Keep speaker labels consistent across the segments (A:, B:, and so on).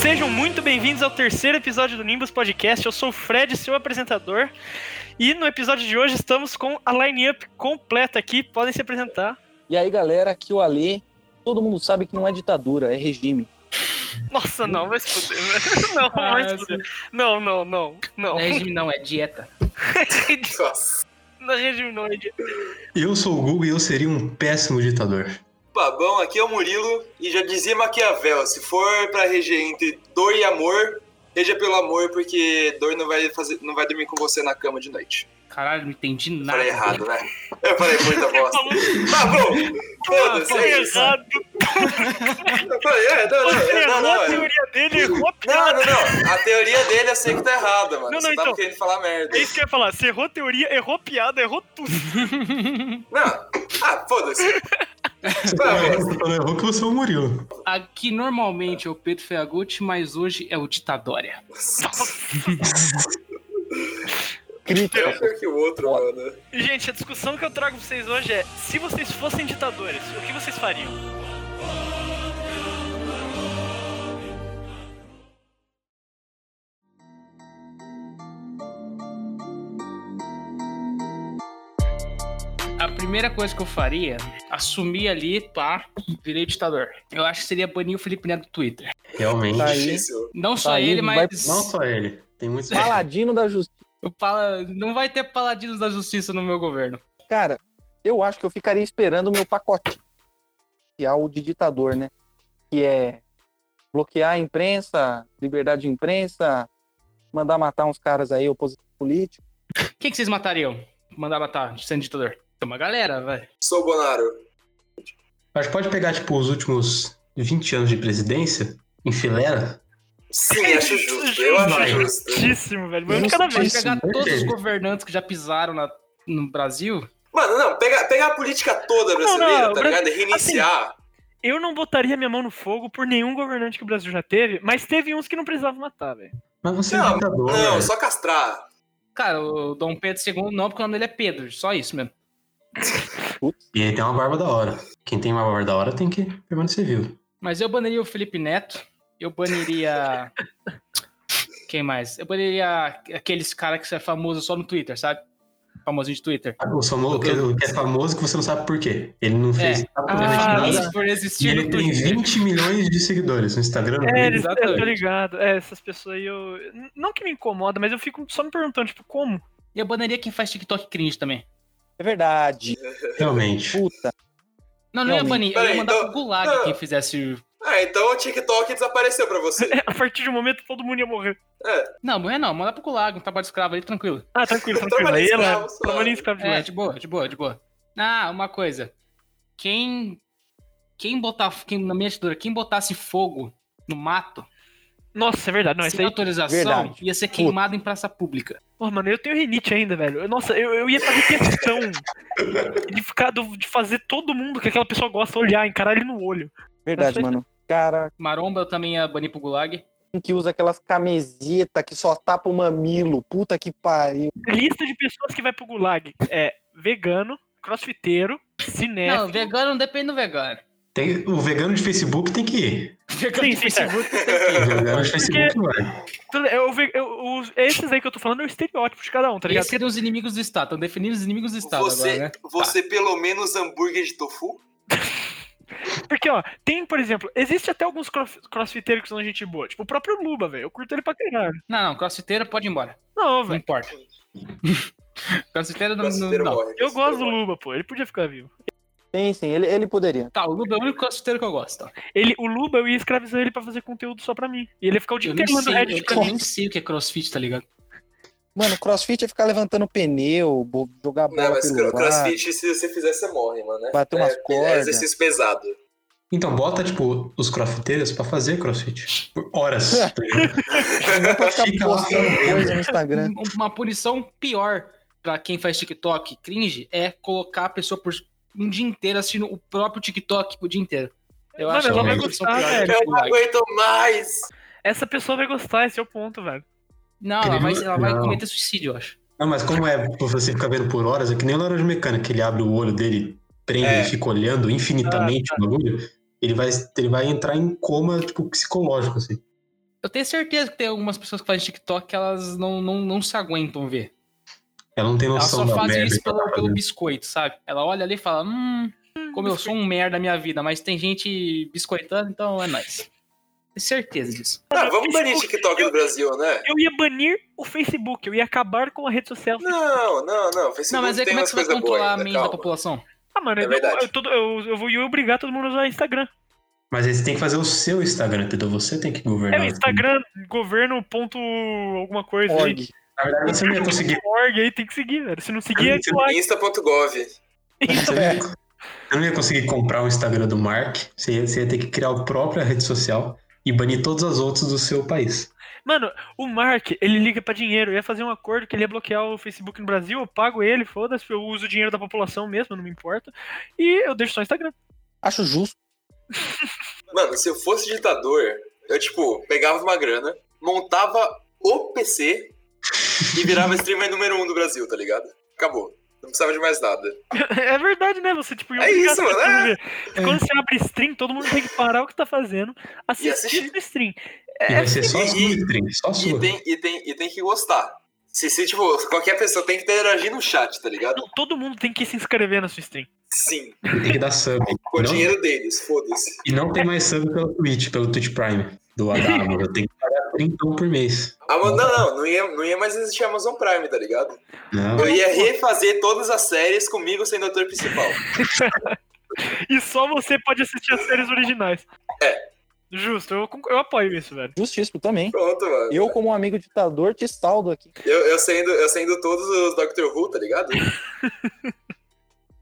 A: Sejam muito bem-vindos ao terceiro episódio do Nimbus Podcast. Eu sou o Fred, seu apresentador. E no episódio de hoje estamos com a line-up completa aqui. Podem se apresentar.
B: E aí, galera, aqui o Alê. Todo mundo sabe que não é ditadura, é regime.
A: Nossa, não, vai se fuder. velho. Não, vai se
C: Ah,
A: fuder. Não, não, não, não.
C: Não
D: Então,
C: é regime, não, é dieta.
D: Nossa.
A: Na regime não é de-
E: Eu sou o Google e eu seria um péssimo ditador.
D: Babão, aqui é o Murilo e já dizia Maquiavel, se for pra reger entre dor e amor, reja pelo amor, porque dor não vai, fazer, não vai dormir com você na cama de noite.
C: Caralho, não entendi nada.
D: Falei errado, né? Eu falei muita bosta.
A: Falou
D: Tá bom! Foda-se,
A: tudo
D: é isso.
A: Ah, errado.
D: Eu falei, é, não, não,
A: Você
D: é, não,
A: errou
D: não,
A: a
D: é.
A: teoria dele, errou a
D: Não,
A: piada.
D: não, não. A teoria dele eu sei que tá errada, mano.
A: Não, não,
D: Você
A: então.
D: tava querendo falar merda.
A: É isso que eu ia falar. Você errou a teoria, errou a piada, errou tudo.
D: Não. Ah, foda-se. Tá
E: Não errou que você é o Murilo.
C: Aqui normalmente é o Pedro Feaguti, mas hoje é o Ditadória.
B: Crítica.
D: Pior que o outro, mano.
A: Gente, a discussão que eu trago pra vocês hoje é: se vocês fossem ditadores, o que vocês fariam?
C: A primeira coisa que eu faria, assumir ali, pá, virei ditador. Eu acho que seria banir o Felipe Neto do Twitter.
E: Realmente.
B: Tá aí.
D: Difícil.
C: Não só
B: Aí
C: ele,
B: vai-
C: mas.
E: Não só ele. Tem muitos.
B: Paladino da justiça.
C: o pala- Não vai ter paladinos da justiça no meu governo.
B: Cara, eu acho que eu ficaria esperando o meu pacote especial de ditador, né? Que é bloquear a imprensa, liberdade de imprensa, mandar matar uns caras aí, oposição política.
C: Quem que vocês matariam? Mandar matar, sendo ditador? Tem uma galera, velho.
D: Sou o Bonaro.
E: Mas pode pegar, tipo, os últimos 20 anos de presidência em filera.
D: Sim, acho justo. Eu acho justo.
A: Justíssimo, velho. Mas um de cada
C: Pode
A: vez.
C: pegar
E: perfeito.
C: todos os
B: é.
C: governantes que já pisaram na- no Brasil.
D: Mano, não, pegar pega a política toda brasileira,
A: Não, não,
D: tá
A: Bra-
D: ligado? E
C: assim,
D: Reiniciar.
A: Eu não botaria minha mão no fogo por nenhum governante que o Brasil já teve, mas teve uns que não precisava matar, velho.
E: Mas você é
D: Não,
E: ditador.
D: não,
E: velho.
D: só castrar.
C: Cara, o Dom Pedro II não, porque o nome dele é Pedro. Só isso mesmo.
E: E ele tem uma barba da hora. Quem tem uma barba da hora tem que permanecer vivo.
C: Mas eu baniria o Felipe Neto. Eu baniria. Quem mais? Eu baniria aqueles caras que são famosos só no Twitter, sabe? Famosinho de Twitter.
E: O famoso, o que, o que é famoso que você não sabe por quê. Ele não fez
C: É.
E: absolutamente
A: Ah,
E: nada.
C: Famoso por
E: E
C: existir
E: ele
C: no
E: tem
C: Twitter.
E: 20 milhões de seguidores no Instagram.
A: É,
E: dele.
A: eles, eu tô
C: Exatamente.
A: ligado. É, essas pessoas aí eu. Não que me incomoda, mas eu fico só me perguntando, tipo, como?
C: E eu baniria quem faz TikTok cringe também.
B: É verdade.
E: Realmente.
B: Puta.
C: Não, não ia
B: Não,
C: banir. Eu ia
D: peraí,
C: mandar
D: então-
C: pro Gulag
D: não.
C: quem fizesse.
D: Ah, então o TikTok desapareceu pra você.
A: A partir de um momento todo mundo ia morrer.
C: Não, morrer não. Mandar pro Gulag, um trabalho de escravo ali, tranquilo.
A: Ah, tranquilo, tranquilo.
D: Trabalho
A: Aí ela.
D: escravo, suave.
A: Trabalho escravo de
C: É,
A: leve.
C: de boa, de boa, de boa. Ah, uma coisa. Quem. Quem botar. Quem, na minha ditadura, quem botasse fogo no mato.
A: Nossa, é verdade. Não, isso
C: sem
A: aí.
C: autorização,
B: Verdade.
C: ia ser queimado em praça pública.
A: Porra, mano, eu tenho rinite ainda, velho. Eu- Nossa, eu, eu ia fazer questão de ficar. do- De fazer todo mundo que aquela pessoa gosta olhar, encarar ele no olho.
B: Verdade,
A: Mas-
B: mano. Cara,
C: Maromba eu também ia banir pro Gulag.
B: que usa aquelas camisetas que só tapa o mamilo. Puta que pariu.
A: Lista de pessoas que vai pro gulag é vegano, crossfiteiro,
C: Não,
A: cinéfilo.
C: vegano não depende do vegano.
E: Tem, o vegano de Facebook tem que ir.
C: Vegano
A: Sim,
C: de
A: sim, sim.
C: Facebook.
E: O vegano de Facebook vai.
A: Então, é o ve- é o- os- esses aí que eu tô falando é o estereótipo de cada um, tá ligado?
C: Esses seriam os inimigos do Estado. Estão definindo os inimigos do Estado
D: Você,
C: agora, né?
D: você pelo menos hambúrguer de tofu?
A: Porque, ó, tem, por exemplo, existe até alguns cross- crossfiteiros que são gente boa. Tipo, o próprio Luba, velho. Eu curto ele pra caralho.
C: Não, não, crossfiteiro pode ir embora.
A: Não,
C: Não
A: velho.
C: importa. crossfiteiro não. não,
D: Brasileiro
C: não.
D: morre.
A: Eu gosto do
D: Brasileiro
A: Luba, pô. Ele podia ficar vivo.
B: Sim, sim, ele, ele poderia.
C: Tá, o Luba é o único crossfiteiro que eu gosto.
A: Ele, o Luba, eu ia escravizar ele pra fazer conteúdo só pra mim. E ele ia ficar o dia
C: Eu nem,
A: inteiro mandando
C: sei,
A: Reddit pra
C: eu
A: mim.
C: nem sei o que é crossfit, tá ligado?
B: Mano, crossfit é ficar levantando pneu, bo- jogar
D: morre. Não,
B: bola
D: mas
B: pelo
D: cro-
B: ar,
D: crossfit, se você fizer, você morre, mano. Né?
B: bater umas
D: É
B: cordas.
D: exercício pesado.
E: Então, bota, tipo, os crossfiteiros pra fazer crossfit. Por horas. tá ligado?
B: Não pra é ficar
E: Fica lá.
D: né?
B: postando coisa no Instagram.
C: Um- Uma punição pior pra quem faz TikTok cringe é colocar a pessoa por um dia inteiro assistindo o próprio TikTok o dia inteiro. Eu
A: Mano,
C: acho
E: ela
C: que é
E: vai
C: uma punição
A: gostar,
C: pior
A: velho.
C: que
D: Eu
C: o
D: não
C: Gulag.
D: aguento mais!
A: Essa pessoa vai gostar, esse é o ponto, velho.
C: Não, ela vai, ela vai
E: Não.
C: cometer suicídio, eu acho.
E: Não, mas como é pra você ficar vendo por horas, é que nem o laranja mecânica, que ele abre o olho dele, prende
D: É.
E: e fica olhando
C: Ah, tá.
E: infinitamente o bagulho. Ele vai, ele vai entrar em coma, tipo, psicológico, assim.
C: Eu tenho certeza que tem algumas pessoas que fazem TikTok que elas não, não, não se aguentam ver.
E: Ela não tem
C: Ela
E: noção
C: só
E: da
C: faz
E: merda
C: isso
E: que ela
C: pelo,
E: tá
C: pelo
E: fazendo.
C: biscoito, sabe? Ela olha ali e fala, hum, como eu sou um merda na minha vida, mas tem gente biscoitando, então é nóis. Tenho certeza disso.
D: Ah, vamos banir
A: Facebook,
D: TikTok
A: eu-
D: no Brasil, né?
A: Eu ia banir o Facebook, eu ia acabar com a rede social.
D: Não, não, não. O Facebook
C: não, mas aí
D: tem
C: como é que
D: umas
C: você vai
D: coisas boas.
C: controlar a
D: ainda,
C: mente da
D: calma.
C: população?
A: Ah, mano,
D: É
A: eu,
D: verdade.
A: eu, todo- eu- eu vou eu obrigar todo mundo a usar Instagram.
E: Mas aí você tem que fazer o seu Instagram, Pedro. Você tem que
A: É
E: governar. assim.
A: o Instagram, governo ponto alguma coisa aí.
B: Org.
E: Na verdade, você não ia conseguir.
A: Org aí tem que seguir, velho. Se não seguir, é
E: Você
A: que like.
D: Insta.gov.
E: Você não
C: É.
E: ia, você não ia conseguir comprar o Instagram do Mark. Você ia, você ia ter que criar a própria rede social e banir todas as outras do seu país.
A: Mano, o Mark, ele liga pra dinheiro. Eu ia fazer um acordo que ele ia bloquear o Facebook no Brasil. Eu pago ele, foda-se. Eu uso o dinheiro da população mesmo, não me importa. E eu deixo só o Instagram.
B: Acho justo.
D: Mano, se eu fosse ditador, eu, tipo, pegava uma grana, montava o PC e virava streamer número um do Brasil, tá ligado? Acabou. Não precisava de mais nada.
A: É verdade, né? Você, tipo, ia
D: É
A: obrigar
D: isso,
A: as pessoas
D: mano,
A: a ver. Quando você abre stream, todo mundo tem que parar o que tá fazendo, assistir,
D: assistir.
A: essa stream.
E: E
A: É,
E: vai ser só a
D: e-
E: sua, Trin, só a
D: E
E: sua.
D: tem, e tem, e tem que gostar. Se, se, tipo, qualquer pessoa tem que interagir no chat, tá ligado?
A: não, todo mundo tem que se inscrever na sua stream.
D: Sim.
E: Tem que dar sub.
D: Com o
E: Não-
D: dinheiro deles, foda-se.
E: e não tem mais sub pelo Twitch, pelo Twitch Prime do Adamo. Eu tenho que pagar 30 por mês.
D: Ah, mano, não, não, não ia, não ia mais existir Amazon Prime, tá ligado?
E: Não.
D: Eu ia refazer todas as séries comigo sendo ator principal.
A: E só você pode assistir as séries originais.
D: É.
A: Justo, eu, conc- eu apoio isso, velho.
B: Justíssimo também.
D: Pronto, mano.
B: Eu, como um amigo ditador, te saldo aqui.
D: Eu, eu, sendo, eu sendo todos os Doctor Who, tá ligado?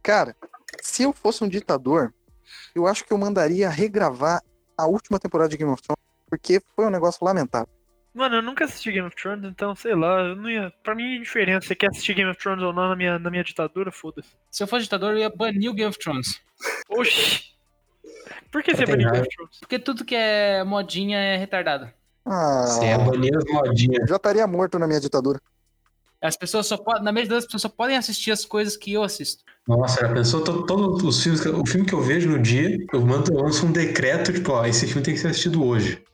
B: Cara, se eu fosse um ditador, eu acho que eu mandaria regravar a última temporada de Game of Thrones, porque foi um negócio lamentável.
A: Mano, eu nunca assisti Game of Thrones, então sei lá, eu não ia. Pra mim é indiferente você quer assistir Game of Thrones ou não na minha, na minha ditadura, foda-se.
C: Se eu fosse ditador, eu ia banir o Game of Thrones.
A: Oxi! Por que você
E: Não tem
A: baniu
E: nada.
A: Game of Thrones?
C: Porque tudo que é modinha é retardado.
B: Ah,
E: Você é
D: é.
E: ia banir as modinhas.
B: eu já estaria morto na minha ditadura.
C: As pessoas só podem, na medida das pessoas só podem assistir as coisas que eu assisto.
E: Nossa, já pensou? Todo- Todos os filmes, que- o filme que eu vejo no dia, eu mando eu lanço um decreto, tipo, ó, esse filme tem que ser assistido hoje.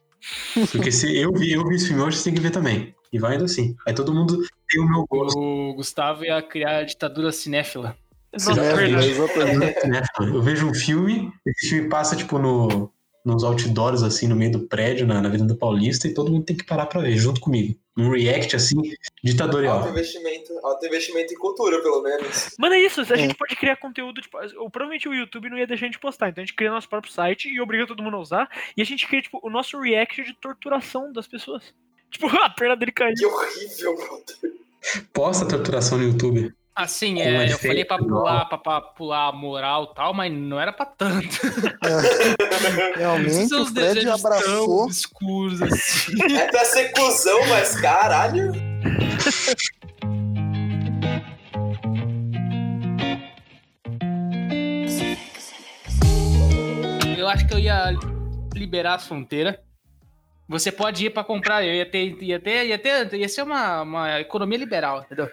E: Porque se eu vi, eu vi esse filme hoje, você tem que ver também. E vai indo assim. Aí todo mundo tem o meu gosto.
C: O Gustavo ia criar a ditadura cinéfila.
A: Nossa,
E: já
B: É,
A: verdade.
B: exatamente.
E: né? Eu vejo um filme, esse filme passa, tipo, no, nos outdoors, assim, no meio do prédio, na, na Avenida Paulista, e todo mundo tem que parar pra ver, junto comigo. Um react, assim,
D: Alto
E: ditatorial.
D: investimento, alto investimento em cultura, pelo menos.
A: Mano, é isso. A
B: É.
A: gente pode criar conteúdo, tipo, ou provavelmente o YouTube não ia deixar a gente postar. Então a gente cria nosso próprio site e obriga todo mundo a usar. E a gente cria, tipo, o nosso react de torturação das pessoas. Tipo, a perna dele caiu.
D: Que horrível, brother.
E: Posta a torturação no YouTube.
C: Assim,
E: Com
C: é, eu
E: efeito
C: falei pra
E: igual.
C: pular, pra, pra pular a moral e tal, mas não era pra tanto.
B: É. Realmente, o
C: Seus
B: Fred
C: desejos
B: abraçou.
C: tão obscuros assim.
D: É pra ser cuzão, mas caralho.
C: Eu acho que eu ia liberar as fronteiras. Você pode ir pra comprar, eu ia ter, ia ter, ia ter, ia ser uma, uma economia liberal, entendeu?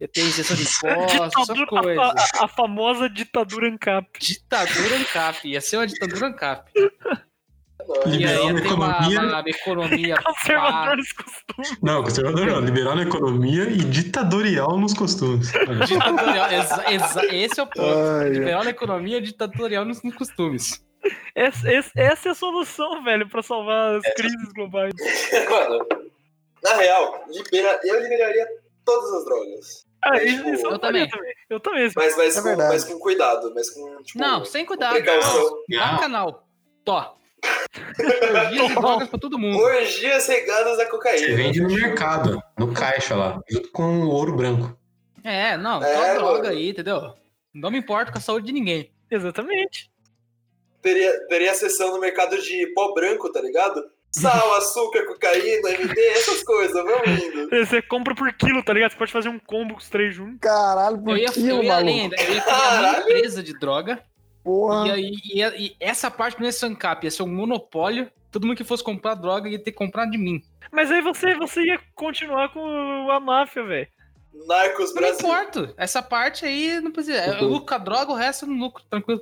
C: Ia ter isenção de impostos, essas
A: Ditadura, a,
C: coisas.
A: fa- a- a famosa ditadura ANCAP.
C: Ditadura ANCAP, ia ser uma ditadura ANCAP. E aí
E: Liberal
C: ia
E: na
C: ter uma,
E: economia.
C: uma economia
A: Conservadores costumes.
E: Não, conservador não. Liberal na economia e ditatorial nos costumes.
C: pá, ditatorial. Exa- exa- esse é o ponto.
B: Ai,
C: Liberal na economia, ditatorial nos nos costumes.
A: Essa, essa- essa é a solução, velho, pra salvar as crises globais.
D: Mano, na real, libera- eu liberaria todas as drogas.
A: Ah,
D: É,
A: isso,
D: tipo,
A: isso eu
C: eu
A: faria
C: também.
A: também. Eu também.
D: Mas, mas,
B: É
D: com,
B: verdade.
D: mas com cuidado, mas com, tipo,
C: Não, sem cuidado.
D: precaução.
C: Dá canal. Tó. Orgias e drogas pra todo mundo.
D: Orgias regadas da
E: Você
D: cocaína.
E: vende no mercado, no caixa lá, junto com o ouro branco.
C: É, não, só
D: É,
C: droga
D: mano.
C: aí, entendeu? Não me importo com a saúde de ninguém.
A: Exatamente.
D: Teria, teria a sessão no mercado de pó branco, tá ligado? Sal, açúcar, cocaína, MD, essas coisas, vamos indo.
A: Você compra por quilo, tá ligado? Você pode fazer um combo com os três juntos.
B: caralho, por
C: Eu ia,
B: que,
C: eu ia além
B: maluco?
C: ainda, eu ia criar uma
D: Caralho.
C: empresa de droga.
B: Porra.
C: E, aí, ia- e essa parte não ia ser ANCAP, ia ser um monopólio. Todo mundo que fosse comprar droga ia ter que comprar de mim.
A: Mas aí você, você ia continuar com a máfia, velho.
D: Narcos
C: Não me
D: Brasil. Uhum.
C: importo. Essa parte aí não precisa. Eu lucro com a droga, o resto eu não lucro, tranquilo.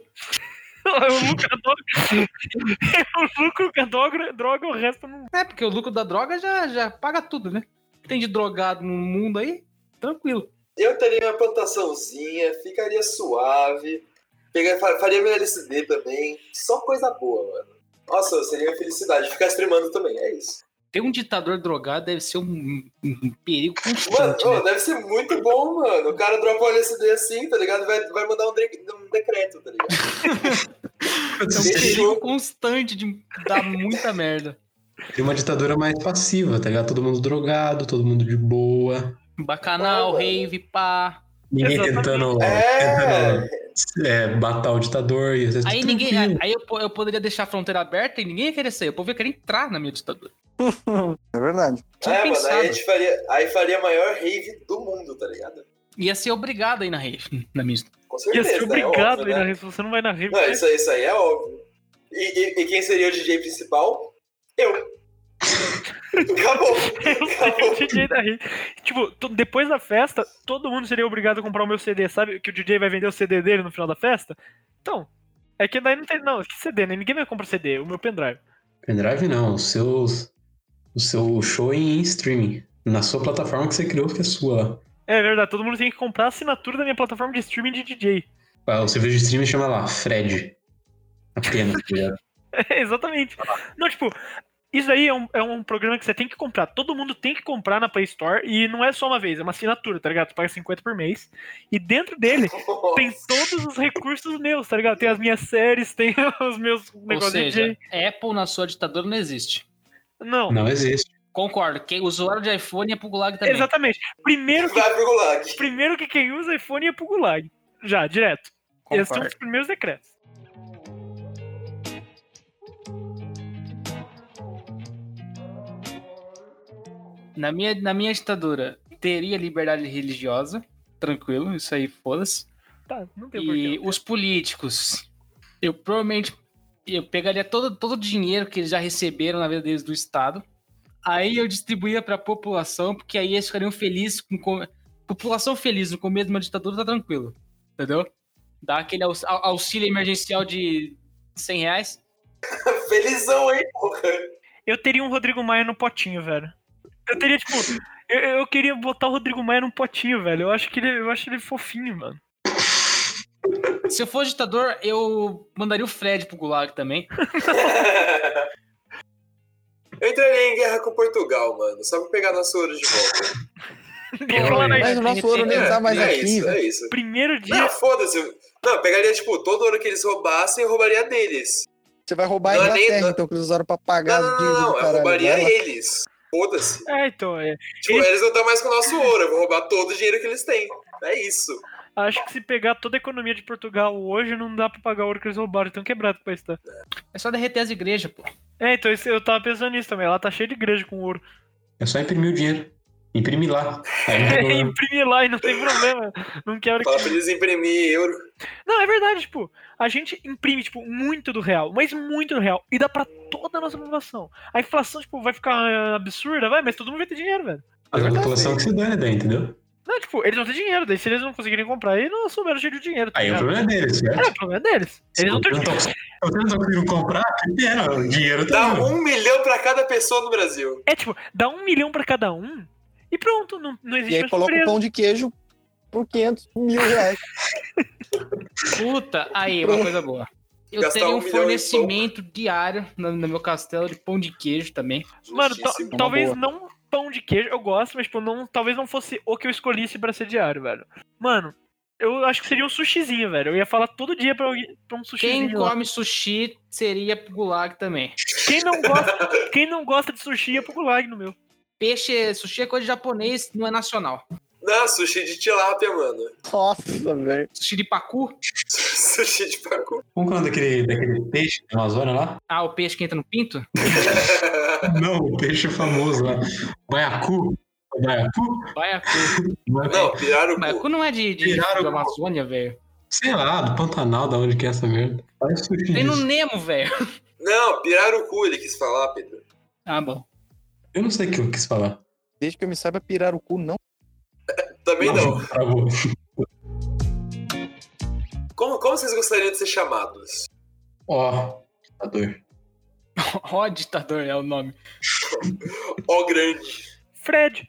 A: Eu lucro a droga. Eu lucro com a droga, droga, o resto não.
C: É, porque o lucro da droga já, já paga tudo, né? Tem de drogado no mundo aí, tranquilo.
D: Eu teria minha plantaçãozinha, ficaria suave. Pegar, fa- faria meu LSD também. Só coisa boa, mano. Nossa, seria uma felicidade. Ficar streamando também, é isso.
C: Ter um ditador drogado deve ser um, um perigo
D: Mano,
C: constante,
D: ô,
C: né?
D: deve ser muito bom, mano. O cara dropa um LSD assim, tá ligado? Vai, vai mandar um, de- um decreto, tá ligado?
C: É um
D: Deixa
C: perigo
D: eu-
C: constante de dar muita merda.
E: Tem uma ditadura mais passiva, tá ligado? Todo mundo drogado, todo mundo de boa.
C: Bacanal,
D: Boa.
C: rave, pá.
E: Ninguém
A: Exatamente.
E: tentando,
D: É.
E: tentando é, matar o ditador. E vocês-
C: Aí ninguém.
E: Tranquilo.
C: Aí eu, po- eu poderia deixar a fronteira aberta e ninguém ia querer sair. O povo ia querer entrar na minha ditadura.
B: É verdade.
C: Tinha
D: é, mano,
C: pensado.
D: aí a gente faria, aí faria a maior rave do mundo, tá ligado?
C: Ia ser obrigado aí na rave, na minha ditadura.
D: Com
A: Ia
D: certeza.
A: ser
D: né? É
A: obrigado aí
D: óbvio, né?
A: na rave. Se você não vai na rave,
D: Não, isso, aí- isso aí é óbvio. E, e- e quem seria o DJ principal? Eu. Acabou.
A: eu seria o DJ da rave. Tipo, to- depois da festa, todo mundo seria obrigado a comprar o meu CD, sabe? Que o DJ vai vender o CD dele no final da festa. Então, é que daí não tem. Não, que CD, né? Ninguém vai comprar CD, o meu pendrive.
E: Pendrive não, o seu, o seu show em streaming. Na sua plataforma que você criou, que é sua.
A: É verdade, todo mundo tem que comprar a assinatura da minha plataforma de streaming de DJ.
E: Ah, O serviço de streaming chama lá, Fred. Apenas, tá ligado?
A: É, exatamente. Não, tipo, isso aí é um, é um programa que você tem que comprar. Todo mundo tem que comprar na Play Store e não é só uma vez, é uma assinatura, tá ligado? Tu paga 50 por mês. E dentro dele tem todos os recursos meus, tá ligado? Tem as minhas séries, tem os meus
C: Ou
A: negócios é de
C: seja,
A: DJ.
C: Apple na sua ditadura não existe.
A: Não,
E: Não existe.
C: Concordo. Quem usuário de iPhone é pro Gulag também.
A: exatamente. Primeiro que,
D: Vai pro Gulag.
A: primeiro que quem usa iPhone é pro Gulag. Já, direto. Esses são os
C: Concordo.
A: primeiros decretos.
C: Na minha, na minha ditadura, teria liberdade religiosa. Tranquilo, isso aí foda-se.
A: Tá, não tem
C: E
A: porquê.
C: os políticos. Eu provavelmente eu pegaria todo, todo o dinheiro que eles já receberam na vida deles do Estado. Aí eu distribuía pra população, porque aí eles ficariam felizes com. com- população feliz no começo de uma ditadura tá tranquilo. Entendeu? Dá aquele aux- au- auxílio emergencial de 100 reais.
D: Felizão, hein, porra.
A: Eu teria um Rodrigo Maia no potinho, velho. Eu teria, tipo. Eu, eu queria botar o Rodrigo Maia num potinho, velho. Eu acho que ele, eu acho ele fofinho, mano.
C: Se eu for ditador, eu mandaria o Fred pro Gulag também.
D: Eu entraria em guerra com Portugal, mano. Só pra pegar nosso ouro de volta.
A: Declara
E: Olha,
A: aí.
B: Mas o nosso ouro nem tá mais
D: é
B: aqui,
D: isso,
B: velho.
D: é isso.
A: Primeiro dia.
D: Não, foda-se. Não, eu pegaria, tipo, todo ouro que eles roubassem, eu roubaria deles.
B: Você vai roubar a
D: Não, é nem-
B: Inglaterra, então, que eles usaram pra
D: Não,
B: pagar
D: não,
B: as
D: não,
B: dívidas
D: não,
B: do
D: eu
B: caralho.
D: roubaria
B: dela.
D: eles. Foda-se.
A: É, então, é.
D: Tipo, eles não estão mais com o nosso ouro, eu vou roubar todo o dinheiro que eles têm. É isso.
A: Acho que se pegar toda a economia de Portugal hoje, não dá pra pagar o ouro que eles roubaram, tão quebrado que vai estar.
C: É só derreter as igrejas, pô.
A: É, então isso- eu tava pensando nisso também. Ela tá cheia de igreja com ouro.
E: É só imprimir o dinheiro. Imprimir lá. Aí não tem problema.
A: Imprime lá e não tem problema. Não quebra.
D: Fala pra eles imprimir euro.
A: Não, é verdade, tipo, a gente imprime, tipo, muito do real, mas muito do real. E dá pra toda a nossa população. A inflação, tipo, vai ficar ah, absurda, vai, mas todo mundo vai ter dinheiro, velho.
E: Mas a população que se dane daí, entendeu?
A: Não, tipo, eles não têm dinheiro, daí se eles não conseguirem comprar, eles não souberam cheio de dinheiro. Tá
E: Aí o
A: ligado?
E: problema é deles, certo?
A: É, o problema é deles. Eles não têm dinheiro.
E: Eu não tô conseguindo comprar, que pena, o dinheiro
D: Dá
E: tá. lá.
D: um milhão pra cada pessoa no Brasil.
A: É tipo, dá um milhão pra cada um e pronto, não, não
B: E
A: existe
B: aí
A: mais
B: coloca o
A: pobreza.
B: pão de queijo por 500 mil reais.
C: Puta, aí, uma coisa boa. Eu
D: Gastar
C: teria
D: um
C: um
D: milhão em
C: fornecimento diário no, no meu castelo de pão de queijo também.
A: Mano, ta-
D: Justíssimo.
A: talvez
B: boa.
A: não pão de queijo, eu gosto, mas tipo, não, talvez não fosse o que eu escolhesse pra ser diário, velho. Mano, eu acho que seria um sushizinho, velho. Eu ia falar todo dia pra, alguém- pra um sushizinho.
C: Quem
A: lá.
C: come sushi seria pro gulag também.
A: Quem não gosta, quem não gosta de sushi é pro gulag no meu.
C: Peixe, sushi é coisa de japonês, não é nacional.
D: Não, sushi de tilápia, mano.
B: Nossa, velho.
C: Sushi de pacu?
D: sushi de pacu.
E: Como que é o nome daquele, daquele peixe da Amazônia lá?
C: Ah, o peixe que entra no pinto?
E: Não, o peixe famoso lá. Baiacu. Baiacu?
C: Baiacu.
D: Não, piraram o cu.
C: Baiacu não é de, de
E: Tiraram
C: da
E: o cu.
C: Amazônia, velho.
E: Sei lá, do Pantanal, da onde que é essa merda. Faz sushi
C: Tem no
E: disso.
C: Nemo, velho.
D: Não, piraram o cu, ele quis falar, Pedro.
C: Ah, bom.
E: Eu não sei o que eu quis falar.
B: Desde que eu me saiba pirar o cu, não.
D: Também não.
E: Travou.
D: Como, como vocês gostariam de ser chamados?
E: Ó, tá ditador.
C: Ó, ditador é o nome.
D: Ó grande.
A: Fred.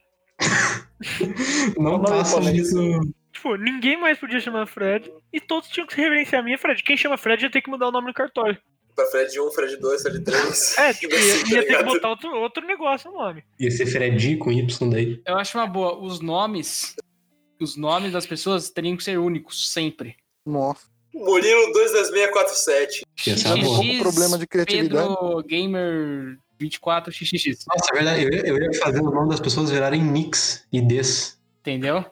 E: Não
B: Não,
E: passa
B: não, não.
E: disso.
A: Tipo, ninguém mais podia chamar Fred e todos tinham que se reverenciar a mim e Fred. Quem chama Fred ia ter que mudar o nome no cartório.
D: Pra Fred 1, Fred 2, Fred 3.
A: É, tipo, ia, ia ter que botar outro, outro negócio no nome.
E: Ia ser Freddy com Y daí.
C: Eu acho uma boa. Os nomes. Os nomes das pessoas teriam que ser únicos, sempre.
B: Nossa,
D: Molino 22647.
E: Ia ser uma é boa.
B: um problema de criatividade.
C: Pedro Gamer 24 XXX.
E: Nossa, é verdade. Eu ia, eu ia fazer o nome das pessoas virarem nicks e des.
C: Entendeu?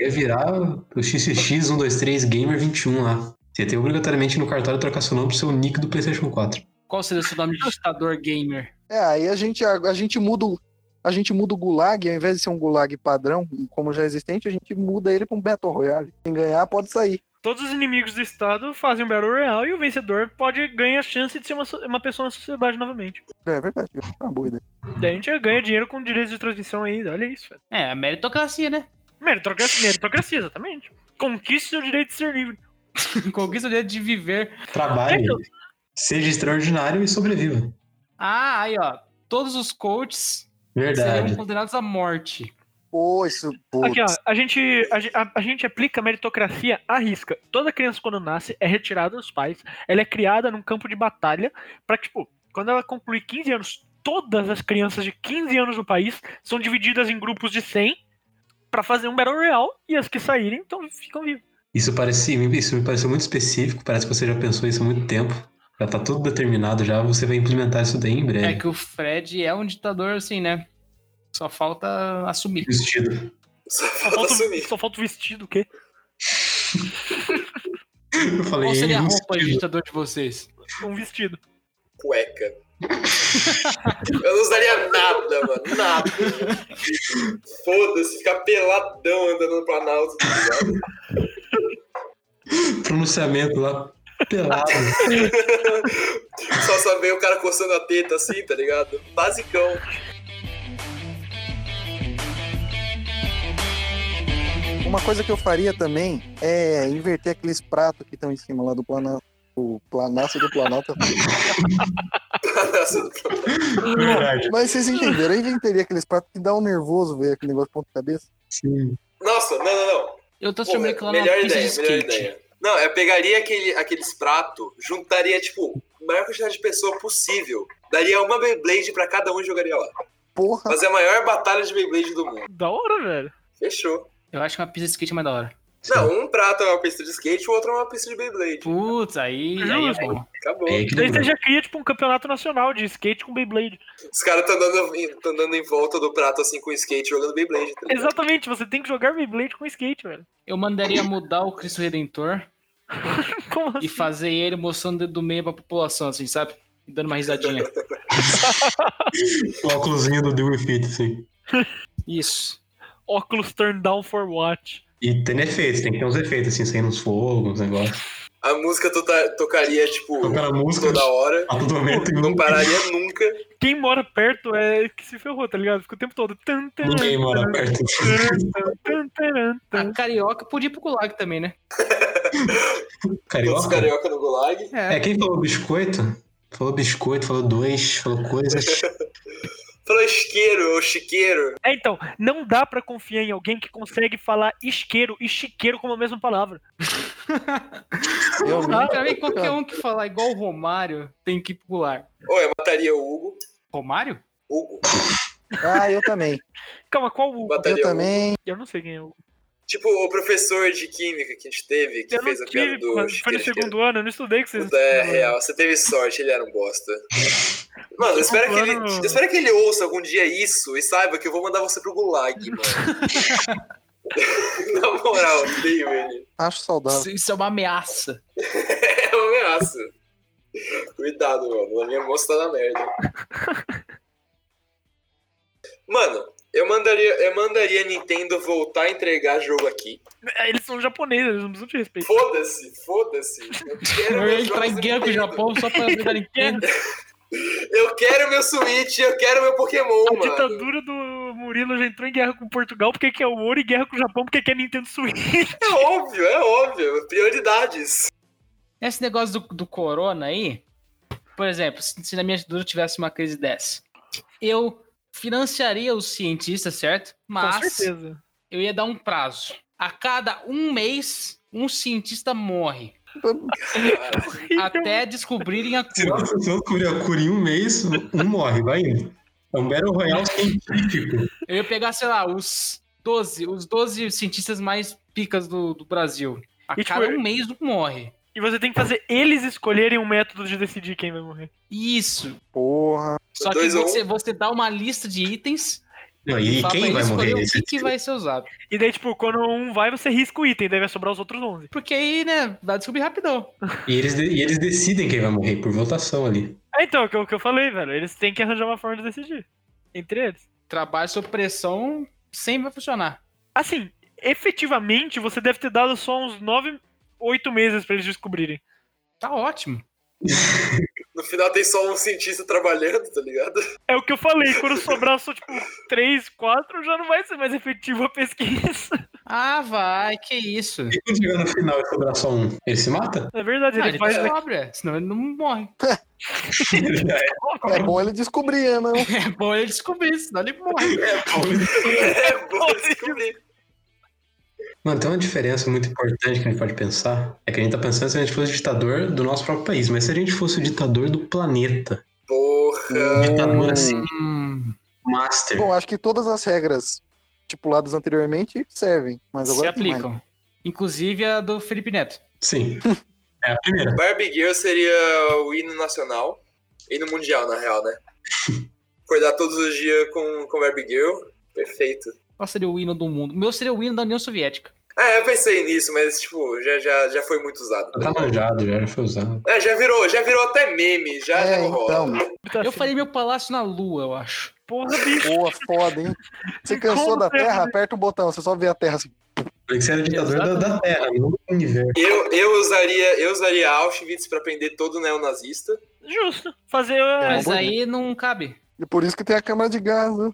E: Ia virar o XXX123 Gamer 21 lá. Você ia ter obrigatoriamente no cartório trocar seu nome pro seu nick do PlayStation 4.
C: Qual seria o seu nome de ditador gamer?
B: É, aí a gente, a, a gente muda o. A gente muda o gulag, ao invés de ser um gulag padrão, como já é existente, a gente muda ele pra um Battle Royale. Quem ganhar pode sair.
A: Todos os inimigos do Estado fazem um Battle Royale e o vencedor pode ganhar a chance de ser uma, so- uma pessoa na sociedade novamente.
B: É verdade, é uma boa ideia.
A: Daí a gente ganha dinheiro com direitos de transmissão ainda. Olha isso, velho.
C: É, a meritocracia, né?
A: Meritocracia, meritocracia, exatamente. Conquiste seu direito de ser livre.
C: Conquista o direito de viver.
E: Trabalhe, seja extraordinário e sobreviva.
C: Ah, aí, ó. Todos os coaches
E: Verdade.
C: seriam condenados à morte.
B: Pô, isso. putz.
A: Aqui, ó, a gente, a, gen- a- a gente aplica a meritocracia à risca. Toda criança, quando nasce, é retirada dos pais, ela é criada num campo de batalha pra, tipo, quando ela concluir 15 anos, todas as crianças de 15 anos no país são divididas em grupos de 100 pra fazer um Battle Royale e as que saírem, então ficam vivas.
E: Isso, parece, isso me pareceu muito específico, parece que você já pensou isso há muito tempo. Já tá tudo determinado já, você vai implementar isso daí em
C: É
E: breve.
C: que o Fred é um ditador, assim, né? Só falta assumir.
E: Vestido.
D: Só
A: Só
D: falta
A: falta, um
D: sumir.
A: só falta o vestido, o quê?
E: Eu falei,
C: Qual seria a
E: "Ei,
C: roupa de
E: vestido".
C: ditador de vocês?
A: Um vestido.
D: Cueca. Eu não usaria nada, mano. Nada. Foda-se, ficar peladão andando no Planalto. tá ligado?
E: pronunciamento lá, pelado.
D: Só saber o cara coçando a teta assim, tá ligado? Basicão.
B: Uma coisa que eu faria também é inverter aqueles pratos que estão em cima lá do Planalto. O Planalto do Planalto.
E: É Verdade.
B: Mas vocês entenderam, eu inventaria aqueles pratos que dá um nervoso ver aquele negócio ponta cabeça.
E: Sim.
D: Nossa, não, não, não.
C: Eu tô
D: Pô,
C: transformando aquilo lá numa
D: melhor
C: pista
D: ideia,
C: de
D: melhor
C: skate.
D: ideia. Não, eu pegaria aquele, aqueles pratos, juntaria, tipo, a maior quantidade de pessoa possível. Daria uma Beyblade pra cada um e jogaria lá.
B: Porra,
D: Fazer a maior batalha de Beyblade do mundo.
A: Da hora, velho.
D: Fechou.
C: Eu acho que uma pista de skate é mais da hora.
D: Não, um prato é uma pista de skate, o outro é uma pista de Beyblade.
C: Putz, aí, aí é
A: Justo.
C: bom.
D: Acabou.
E: É que
C: então
A: Daí você
E: lembrou.
A: já cria, tipo, um campeonato nacional de skate com Beyblade.
D: Os caras estão andando, em- tão andando em volta do prato, assim, com skate, jogando Beyblade. tá ligado?
A: Exatamente, você tem que jogar Beyblade com skate, velho.
C: Eu mandaria mudar o Cristo Redentor
A: Como assim?
C: e fazer ele mostrando o dedo do meio pra população, assim, sabe? E dando uma risadinha.
E: O óculosinho do Dewey Fit, assim.
C: Isso.
A: Óculos turn down for watch.
E: E tem efeitos, tem que ter uns efeitos, assim, saindo uns fogos, uns negócios.
D: A música tota- tocaria, tipo,
E: Tocar a música
D: toda hora.
E: a todo momento e
D: Não
E: não
D: pararia nunca.
A: Quem mora perto é que se ferrou, tá ligado? Fica o tempo todo. Tan,
D: Uhum.
A: taran,
E: ninguém mora perto.
A: taran, tan, taran,
C: A
A: tan.
C: carioca podia ir pro gulag também, né?
D: Todos os
E: Carioca.
D: carioca no gulag.
E: É, quem falou biscoito? Falou biscoito, falou dois, falou coisas.
D: Falou isqueiro, ô chiqueiro.
A: É, então, não dá pra confiar em alguém que consegue falar isqueiro e chiqueiro como a mesma palavra.
B: eu
A: Não dá.
C: Pra mim, qualquer um que falar igual o Romário tem que ir pro gulag.
D: Ou eu mataria o Hugo.
C: Romário?
D: Hugo.
B: Ah, eu também.
A: Calma, qual o.
D: Mataria
B: Eu
D: o Hugo.
B: também.
A: Eu não sei quem é o.
D: Tipo, o professor de química que a gente teve, que
A: Eu não
D: fez a piada
A: tive,
D: do
A: mano, foi
D: chiqueiro,
A: no
D: chiqueiro.
A: segundo ano, eu não estudei que vocês.
D: Puta, é real. Você teve sorte, ele era um bosta. Mano, eu espero, que ele,
A: Mano.
D: eu espero que ele ouça algum dia isso e saiba que eu vou mandar você pro gulag, mano. Na moral, odeio ele.
B: Acho saudável.
C: Isso, isso é uma ameaça.
D: É uma ameaça. Cuidado, mano. A minha moça tá na merda. Mano, eu mandaria, eu mandaria a Nintendo voltar a entregar jogo aqui.
A: É, Eles são japoneses, eles não precisam te respeitar.
D: Foda-se, foda-se. Eu quero
C: Eu
D: meus
C: ia entrar
D: jogos
C: em
D: da
C: guerra com o
D: Nintendo.
C: Japão só pra ajudar
A: é
C: Nintendo.
D: então, Eu quero meu Switch, eu quero meu Pokémon,
C: É
A: A
D: mano.
A: ditadura do Murilo já entrou em guerra com Portugal porque quer o ouro e guerra com o Japão porque quer Nintendo Switch.
D: É óbvio, é óbvio. Prioridades.
C: Nesse negócio do, do corona aí, por exemplo, se, se na minha dura tivesse uma crise dessa, eu financiaria os cientistas, certo?
A: Com
C: Mas
A: certeza.
C: eu ia dar um prazo. A cada um mês, um cientista morre. Até descobrirem a
E: Se não,
C: cura.
E: se não cobrir a cura em um mês, um morre, vai indo. É um Battle Royale científico.
C: Eu ia pegar, sei lá, os 12, os 12 cientistas mais picas do, do Brasil. A
A: E, tipo,
C: cada um mês um morre.
A: E você tem que fazer eles escolherem um método de decidir quem vai morrer.
C: Isso.
B: Porra.
C: Só que
D: Dois a um.
C: você, você dá uma lista de itens
E: Não, e
C: fala pra
E: quem vai
C: ele
E: morrer
C: escolher
E: nesse
C: O que, que vai ser usado.
A: E daí, tipo, quando um vai, você risca o item, daí vai sobrar os outros 11.
C: Porque aí, né, vai descobrir rapidão.
E: E eles, de- e eles decidem quem vai morrer, por votação ali.
A: É então, é o que eu falei, velho. Eles têm que arranjar uma forma de decidir. Entre eles.
C: Trabalho sob pressão sempre vai funcionar.
A: Assim, efetivamente, você deve ter dado só uns 9, 8 meses pra eles descobrirem.
C: Tá ótimo.
D: No final tem só um cientista trabalhando, tá ligado?
A: É o que eu falei, quando sobrar só, tipo, 3, 4, já não vai ser mais efetivo a pesquisa.
C: Ah, vai, que isso.
E: E quando chegar no final e sobrar só um, ele se mata?
A: É verdade,
C: Ah,
A: ele
C: ele
A: faz aqui.
C: descobre, é, senão ele não morre.
B: É bom ele descobrir, né?
C: É bom ele descobrir, senão ele morre.
D: É bom descobrir.
E: Mano, tem uma diferença muito importante que a gente pode pensar. É que a gente tá pensando se a gente fosse ditador do nosso próprio país, mas se a gente fosse o ditador do planeta.
D: Porra.
E: Ditador assim,
C: Hum,
E: master.
B: Bom, acho que todas as regras estipuladas anteriormente servem, mas
C: se
B: agora tem mais.
C: aplicam. Inclusive a do Felipe Neto.
E: Sim. É a primeira.
D: Barbie Girl seria o hino nacional. Hino mundial, na real, né? Acordar todos os dias com, com Barbie Girl. Perfeito.
C: Qual seria o hino do mundo? O meu seria o hino da União Soviética.
D: Ah, eu pensei nisso, mas, tipo, já, já, já foi muito usado.
E: Já tá manjado, já, já foi usado.
D: É, já virou, já virou até meme, já, já
B: É,
D: rola.
B: então,
D: Tá
C: Eu falei meu palácio na lua, eu acho.
A: porra, bicho.
B: boa, foda, hein? Você cansou
A: Como
B: da
A: sempre.
B: Terra? Aperta o botão, você só vê a Terra assim.
E: Falei que você era ditador da, da Terra, não do universo.
D: Eu, eu usaria, eu usaria Auschwitz pra prender todo neonazista.
A: Justo. Fazer.
D: Tá
A: uh,
C: Mas
B: bom
C: aí não cabe.
B: E por isso que tem a câmara de gás, né?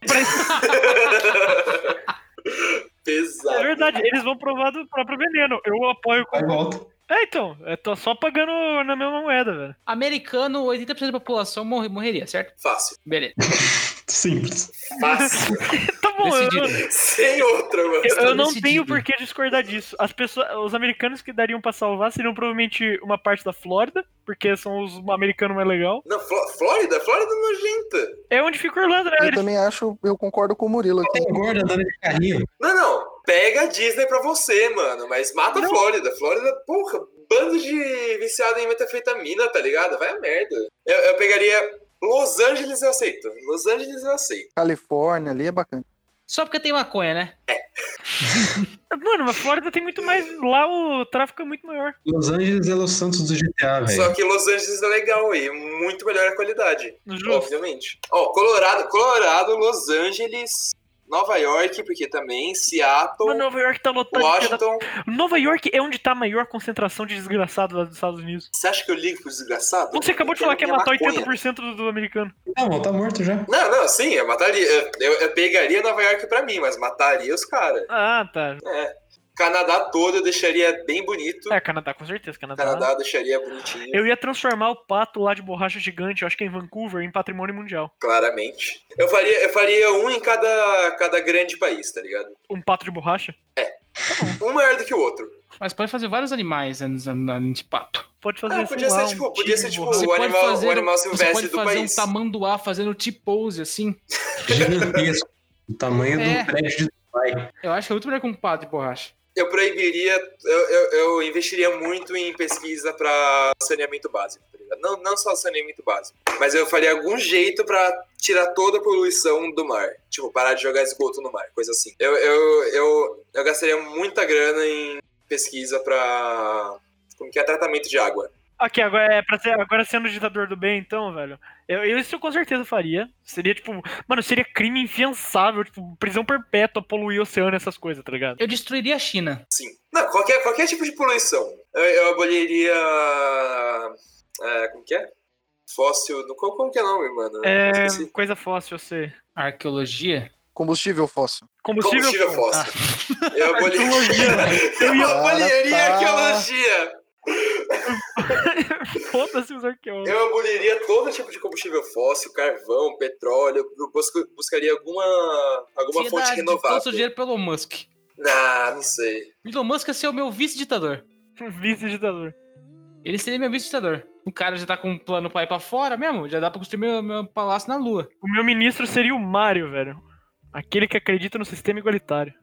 A: É
D: Pesado.
A: verdade, eles vão provar do próprio veneno. Eu apoio.
E: Vai e volta.
A: É, então. Eu tô só pagando na mesma moeda, velho.
C: Americano, 80% da população morre- morreria, certo?
D: Fácil.
C: Beleza.
E: Simples.
D: Fácil.
A: Tá bom, eu,
C: Decidido.
D: Sem outra, mano.
A: eu- eu não
C: decidido.
A: tenho por que discordar disso. As pessoas, os americanos que dariam pra salvar seriam provavelmente uma parte da Flórida, porque são os americanos mais legal.
D: Não, Fló- Flórida? Flórida nojenta.
A: É onde fica Orlando, né?
B: Eu
A: Eles-
B: também acho, eu concordo com o Murilo aqui.
E: Tem gorda é andando de carrinho.
D: Não, não. Pega a Disney pra você, mano. Mas mata a Flórida. Flórida, porra, bando de viciado em metafetamina, tá ligado? Vai a merda. Eu, eu pegaria Los Angeles, eu aceito. Los Angeles, eu aceito.
B: Califórnia ali é bacana.
C: Só porque tem maconha, né?
A: Mano, mas Flórida tem muito mais. Lá o tráfico é muito maior.
E: Los Angeles é Los Santos do GTA,
D: Só
E: velho.
D: que Los Angeles é legal e muito melhor a qualidade.
A: No jogo.
D: Obviamente. Ó, Colorado, Colorado, Los Angeles, Nova York, porque também,
A: Mas
D: Seattle,
A: Nova York tá lotado de pedaço.
D: Washington.
A: Nova York é onde tá a maior concentração de desgraçados lá dos Estados Unidos.
D: Você acha que eu ligo pro desgraçado?
A: Você acabou de
D: Eu
A: falar
D: quero
A: que ia
D: é minha
A: matar
D: maconha.
A: 80% do, do americano.
E: Não, tá morto já.
D: Não, não, sim, eu mataria. Eu, eu- eu pegaria Nova York pra mim, mas mataria os caras.
A: Ah, tá.
D: É. Canadá todo eu deixaria bem bonito.
A: É, Canadá, com certeza. Canadá.
D: Canadá eu deixaria bonitinho,
A: Eu ia transformar o pato lá de borracha gigante, eu acho que é em Vancouver, em patrimônio mundial.
D: claramente. Eu faria, eu faria um em cada, cada grande país, tá ligado?
A: Um pato de borracha?
C: É.
D: Um maior do que o outro.
C: Mas pode fazer vários animais né, nos- na- de pato.
A: Pode fazer
D: Ah,
A: sei
D: podia
A: lá,
D: ser
A: um
D: tipo,
A: tigre
D: podia ser,
A: de
D: tipo
A: borracha.
C: Você
D: o,
C: pode
D: animal,
C: fazer-
D: o animal
C: Você pode
D: silvestre do
C: fazer um
D: país.
C: tamanduá fazendo T-pose, assim.
E: Gigantesco. O tamanho
C: É.
E: do prédio de Dubai.
C: Eu acho que é muito melhor que um pato de borracha.
D: Eu proibiria, eu, eu, eu investiria muito em pesquisa pra saneamento básico, tá ligado? Não, não só saneamento básico, mas eu faria algum jeito pra tirar toda a poluição do mar. Tipo, parar de jogar esgoto no mar, coisa assim. Eu, eu, eu, eu gastaria muita grana em pesquisa pra. Como que é? Tratamento de água.
A: Aqui, agora, é pra ser, agora sendo ditador do bem, então, velho. Eu, eu- isso eu com certeza faria. Seria, tipo, mano, seria crime infiançável, tipo, prisão perpétua, poluir o oceano, essas coisas, tá ligado?
C: Eu destruiria a China.
D: Sim. Não, qualquer, qualquer tipo de poluição. Eu, eu aboliria. é, como que é? Fóssil. Como, como que é o nome, mano?
A: É,
D: Esqueci.
A: coisa fóssil, eu sei.
C: Arqueologia?
B: Combustível fóssil.
A: Combustível,
D: Combustível fóssil. Eu aboliria.
A: Arqueologia, velho.
D: Eu
B: ia-
D: aboliria
B: Cara,
D: a
B: tá.
D: arqueologia!
A: Foda-se os arqueólogos.
D: Eu aboliria todo tipo de combustível fóssil, carvão, petróleo. Eu busco- buscaria alguma, alguma
C: Tinha
D: fonte
C: dado Todo o
D: renovável.
C: dinheiro pelo Musk.
D: Ah, não sei.
C: Elon Musk ia ser o meu vice-ditador.
A: Um Vice-ditador.
C: Ele seria meu vice-ditador. O cara já tá com um plano pra ir pra fora mesmo. Já dá pra construir meu, meu palácio na lua.
A: O meu ministro seria o Mário, velho. Aquele que acredita no sistema igualitário.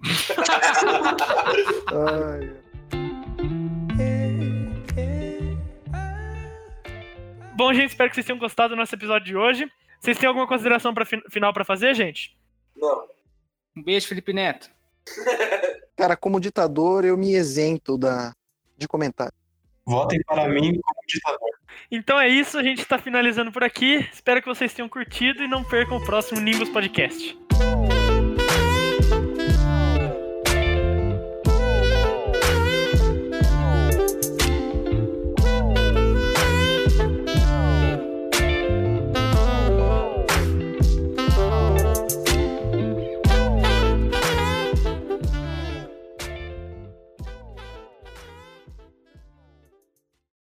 A: Bom, gente, espero que vocês tenham gostado do nosso episódio de hoje. Vocês têm alguma consideração pra fin- final pra fazer, gente?
D: Não.
C: Um beijo, Felipe Neto.
B: Cara, como ditador, eu me isento da... de comentário.
E: Votem para mim como ditador.
A: Então é isso, a gente tá finalizando por aqui. Espero que vocês tenham curtido e não percam o próximo Nimbus Podcast.